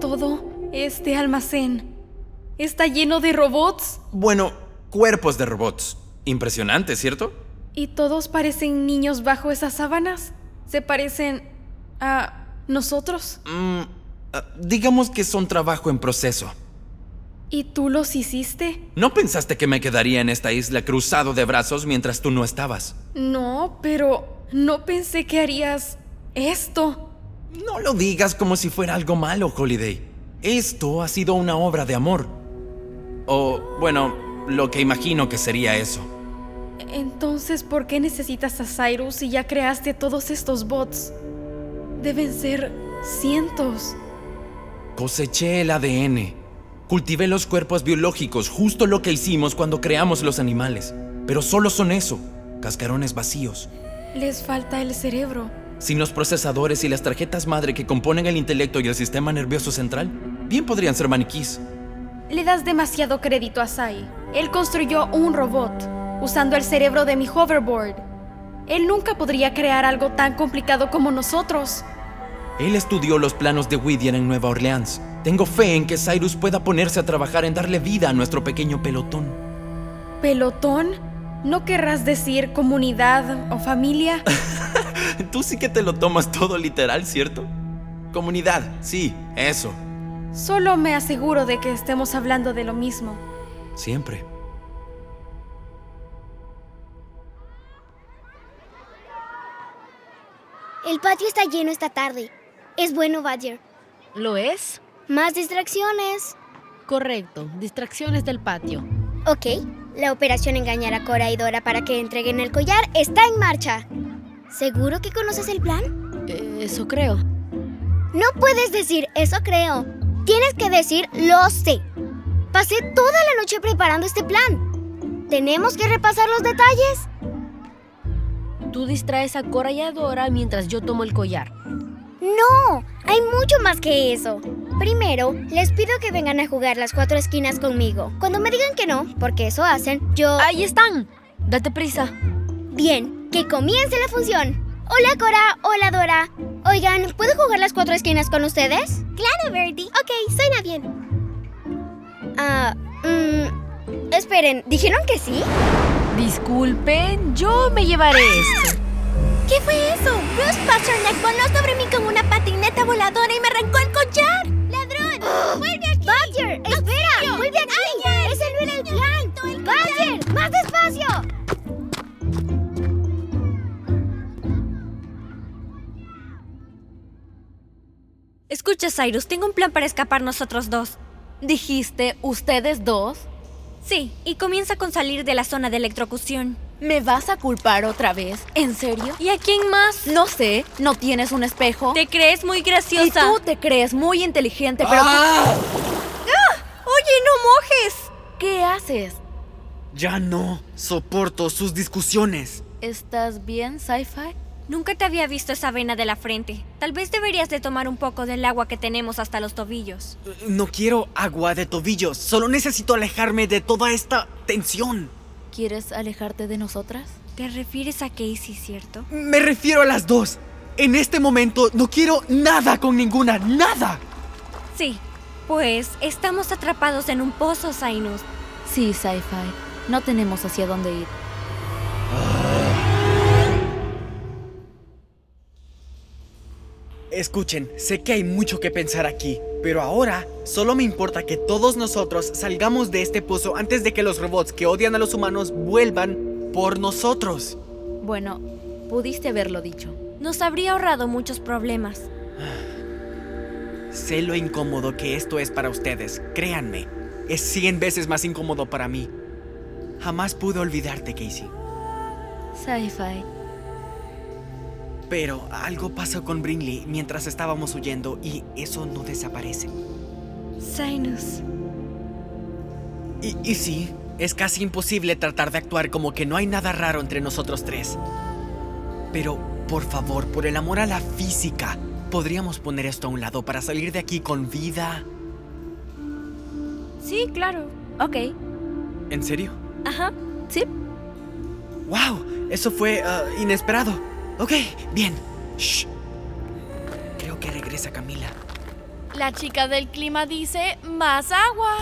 Todo este almacén está lleno de robots Bueno, cuerpos de robots. Impresionante, ¿cierto? y todos parecen niños bajo esas sábanas. Se parecen a nosotros. Ah, digamos que son trabajo en proceso. ¿Y tú los hiciste? ¿No pensaste que me quedaría en esta isla cruzado de brazos mientras tú no estabas? No, pero no pensé que harías esto. No lo digas como si fuera algo malo, Holiday. Esto ha sido una obra de amor. O, bueno, lo que imagino que sería eso. Entonces, ¿por qué necesitas a Cyrus si ya creaste todos estos bots? Deben ser cientos. Coseché el ADN. Cultivé los cuerpos biológicos, justo lo que hicimos cuando creamos los animales. Pero solo son eso, cascarones vacíos. Les falta el cerebro. Sin los procesadores y las tarjetas madre que componen el intelecto y el sistema nervioso central, bien podrían ser maniquís. Le das demasiado crédito a Sai. Él construyó un robot usando el cerebro de mi hoverboard. Él nunca podría crear algo tan complicado como nosotros. Él estudió los planos de Whittier en Nueva Orleans. Tengo fe en que Cyrus pueda ponerse a trabajar en darle vida a nuestro pequeño pelotón. ¿Pelotón? ¿No querrás decir comunidad o familia? Tú sí que te lo tomas todo literal, ¿cierto? Comunidad, sí, eso. Solo me aseguro de que estemos hablando de lo mismo. Siempre. El patio está lleno esta tarde. Es bueno, Badger. ¿Lo es? Más distracciones. Correcto, distracciones del patio. Ok, la operación engañar a Cora y Dora para que entreguen el collar está en marcha. ¿Seguro que conoces el plan? Eh, eso creo. No puedes decir eso, creo. Tienes que decir lo sé. Pasé toda la noche preparando este plan. Tenemos que repasar los detalles. Tú distraes a Cora y a Dora mientras yo tomo el collar. No, hay mucho más que eso. Primero, les pido que vengan a jugar las cuatro esquinas conmigo. Cuando me digan que no, porque eso hacen, yo... ¡Ahí están! Date prisa. Bien, que comience la función. Hola Cora, hola Dora. Oigan, ¿puedo jugar las cuatro esquinas con ustedes? Claro, Verdi. Ok, suena bien. Ah, mm, esperen, ¿dijeron que sí? Disculpen, yo me llevaré esto. ¿Qué fue eso? Bruce Pasternak voló sobre mí con una patineta voladora y me arrancó el collar. ¡Ladrón! ¡Vuelve aquí! ¡Badger! ¡Espera! ¡Vuelve aquí! ¡Ese no era el plan! ¡Badger! ¡Más despacio! Escucha, Cyrus, tengo un plan para escapar nosotros dos. ¿Dijiste ustedes dos? Sí, y comienza con salir de la zona de electrocución. ¿Me vas a culpar otra vez? ¿En serio? ¿Y a quién más? No sé, no tienes un espejo. ¿Te crees muy y graciosa? tú te crees muy inteligente, pero ¡Ah! ¡Oye, no mojes! ¿qué haces? Ya no soporto sus discusiones. ¿Estás bien, Sci-Fi? Nunca te había visto esa vena de la frente. Tal vez deberías de tomar un poco del agua que tenemos hasta los tobillos. No quiero agua de tobillos, solo necesito alejarme de toda esta tensión. ¿Quieres alejarte de nosotras? ¿Te refieres a Casey, cierto? Me refiero a las dos. En este momento no quiero nada con ninguna, nada. Sí. Pues estamos atrapados en un pozo, Cyrus. Sí, Sci-Fi. No tenemos hacia dónde ir. Escuchen, sé que hay mucho que pensar aquí, pero ahora solo me importa que todos nosotros salgamos de este pozo antes de que los robots que odian a los humanos vuelvan por nosotros. Bueno, pudiste haberlo dicho. Nos habría ahorrado muchos problemas. Sé lo incómodo que esto es para ustedes, créanme. Es 100 veces más incómodo para mí. Jamás pude olvidarte, Casey. Sci-Fi. Pero algo pasó con Brinley mientras estábamos huyendo y eso no desaparece. Sinus. Y, y sí, es casi imposible tratar de actuar como que no hay nada raro entre nosotros tres. Pero, por favor, por el amor a la física, podríamos poner esto a un lado para salir de aquí con vida. Sí, claro. Ok. ¿En serio? Ajá. Sí. ¡Wow! Eso fue ah, inesperado. Ok, bien. Shh. Creo que regresa Camila. La chica del clima dice más agua.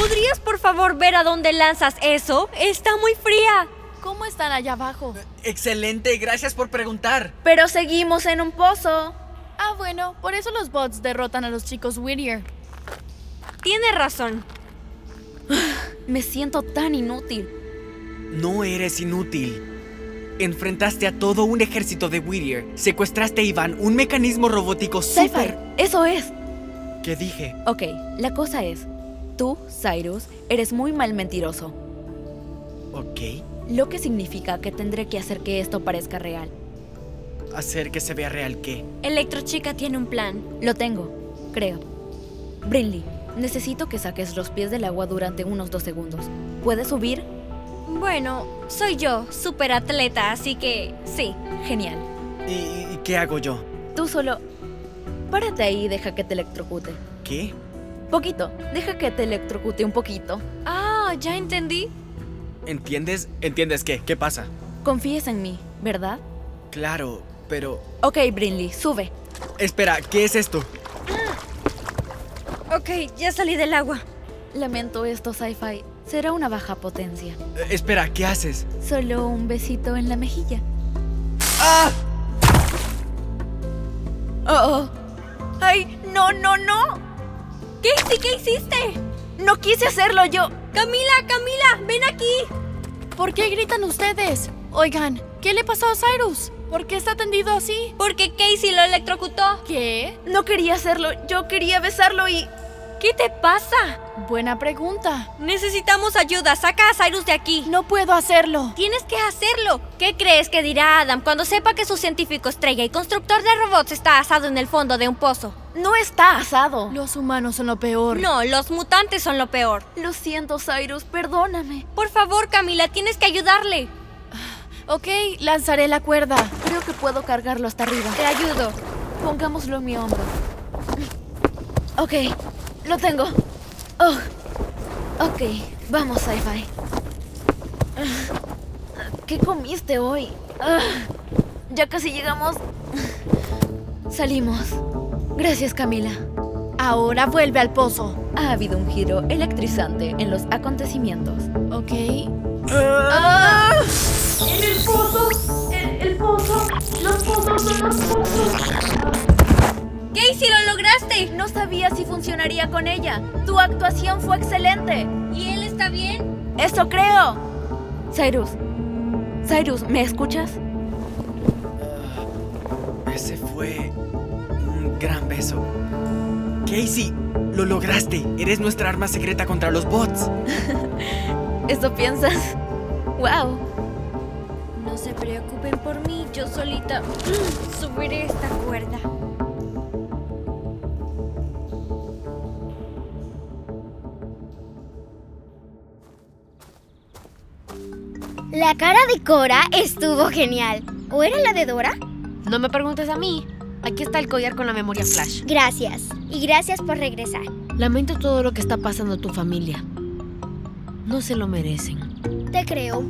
¿Podrías por favor ver a dónde lanzas eso? Está muy fría. ¿Cómo están allá abajo? Excelente, gracias por preguntar. Pero seguimos en un pozo. Ah, bueno, por eso los bots derrotan a los chicos Whittier. Tienes razón. Me siento tan inútil. No eres inútil. Enfrentaste a todo un ejército de Whittier. Secuestraste a Iván, un mecanismo robótico Sci-Fi, súper... eso es. ¿Qué dije? Ok, la cosa es, tú, Cyrus, eres muy mal mentiroso, Ok. lo que significa que tendré que hacer que esto parezca real. Hacer que se vea real qué. Electrochica tiene un plan. Lo tengo, creo. Brinley, necesito que saques los pies del agua durante unos dos segundos. ¿Puedes subir? Bueno, soy yo, super atleta, así que sí. Genial. ¿Y, y qué hago yo? Tú solo... Párate ahí y deja que te electrocute. ¿Qué? Poquito, deja que te electrocute un poquito. Ah, ya entendí. ¿Entiendes? ¿Entiendes qué? ¿Qué pasa? Confíes en mí, ¿verdad? Claro, pero... Ok, Brinley, sube. Espera, ¿qué es esto? Ok, ya salí del agua. Lamento esto, Sci-Fi. Será una baja potencia. Eh, espera, ¿qué haces? Solo un besito en la mejilla. ¡Ah! ¡Oh! oh. ¡Ay! ¡No, no, no! Casey, ¿qué hiciste? ¡No quise hacerlo yo! Camila, Camila, ven aquí. ¿Por qué gritan ustedes? Oigan, ¿qué le pasó a Cyrus? ¿Por qué está tendido así? Porque Casey lo electrocutó. ¿Qué? No quería hacerlo. Yo quería besarlo y... ¿Qué te pasa? Buena pregunta. Necesitamos ayuda. Saca a Cyrus de aquí. No puedo hacerlo. Tienes que hacerlo. ¿Qué crees que dirá Adam cuando sepa que su científico estrella y constructor de robots está asado en el fondo de un pozo? No está asado. Los humanos son lo peor. No, los mutantes son lo peor. Lo siento, Cyrus. Perdóname. Por favor, Camila, tienes que ayudarle. Ok, lanzaré la cuerda. Creo que puedo cargarlo hasta arriba. Te ayudo. Pongámoslo en mi hombro. Ok, lo tengo. Oh. Ok, vamos, Sci-Fi. Ah, ¿Qué comiste hoy? Ah, Ya casi llegamos. Salimos. Gracias, Camila. Ahora vuelve al pozo. Ha habido un giro electrizante en los acontecimientos. Ah. Ok. Casey, lo lograste. No sabía si funcionaría con ella. Tu actuación fue excelente. ¿Y él está bien? Eso creo. Cyrus. Cyrus, ¿me escuchas? Ese fue un gran beso. Casey, lo lograste. Eres nuestra arma secreta contra los bots. ¿Eso piensas? ¡Wow! No se preocupen por mí, yo solita mm, subiré esta cuerda. La cara de Cora estuvo genial. ¿O era la de Dora? No me preguntes a mí. Aquí está el collar con la memoria flash. Gracias. Y gracias por regresar. Lamento todo lo que está pasando a tu familia. No se lo merecen. Te creo.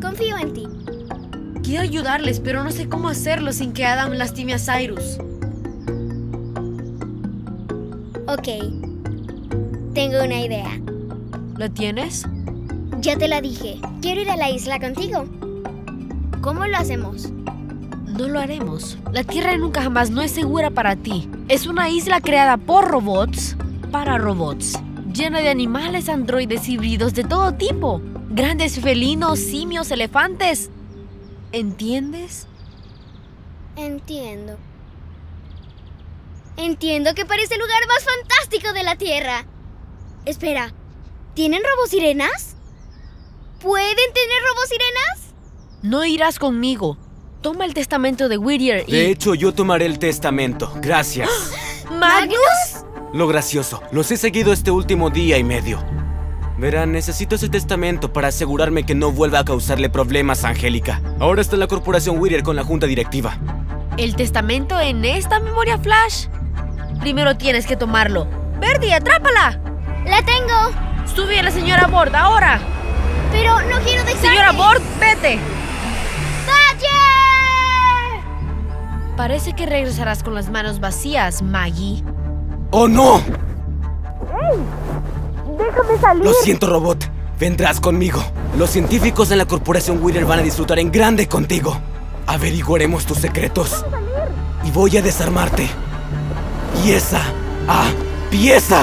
Confío en ti. Quiero ayudarles, pero no sé cómo hacerlo sin que Adam lastime a Cyrus. Ok. Tengo una idea. ¿La tienes? Ya te la dije. Quiero ir a la isla contigo. ¿Cómo lo hacemos? No lo haremos. La Tierra nunca jamás no es segura para ti. Es una isla creada por robots para robots. Llena de animales, androides híbridos de todo tipo. Grandes felinos, simios, elefantes. ¿Entiendes? Entiendo. Entiendo que parece el lugar más fantástico de la Tierra. Espera, ¿tienen robosirenas? ¿Pueden tener robosirenas? No irás conmigo. Toma el testamento de Whittier y... De hecho, yo tomaré el testamento. Gracias. ¿Magnus? Lo gracioso, los he seguido este último día y medio. Verán, necesito ese testamento para asegurarme que no vuelva a causarle problemas a Angélica. Ahora está la corporación Whittier con la junta directiva. El testamento en esta memoria flash. Primero tienes que tomarlo. Verdi, atrápala. ¡La tengo! Sube a la señora Bord ahora. Pero no quiero dejar. Señora Bord, vete. ¡Badger! Parece que regresarás con las manos vacías, Maggie. ¡Oh, no! ¡Déjame salir! Lo siento, robot. Vendrás conmigo. Los científicos de la corporación Wheeler van a disfrutar en grande contigo. Averiguaremos tus secretos. Y voy a desarmarte. Pieza a pieza.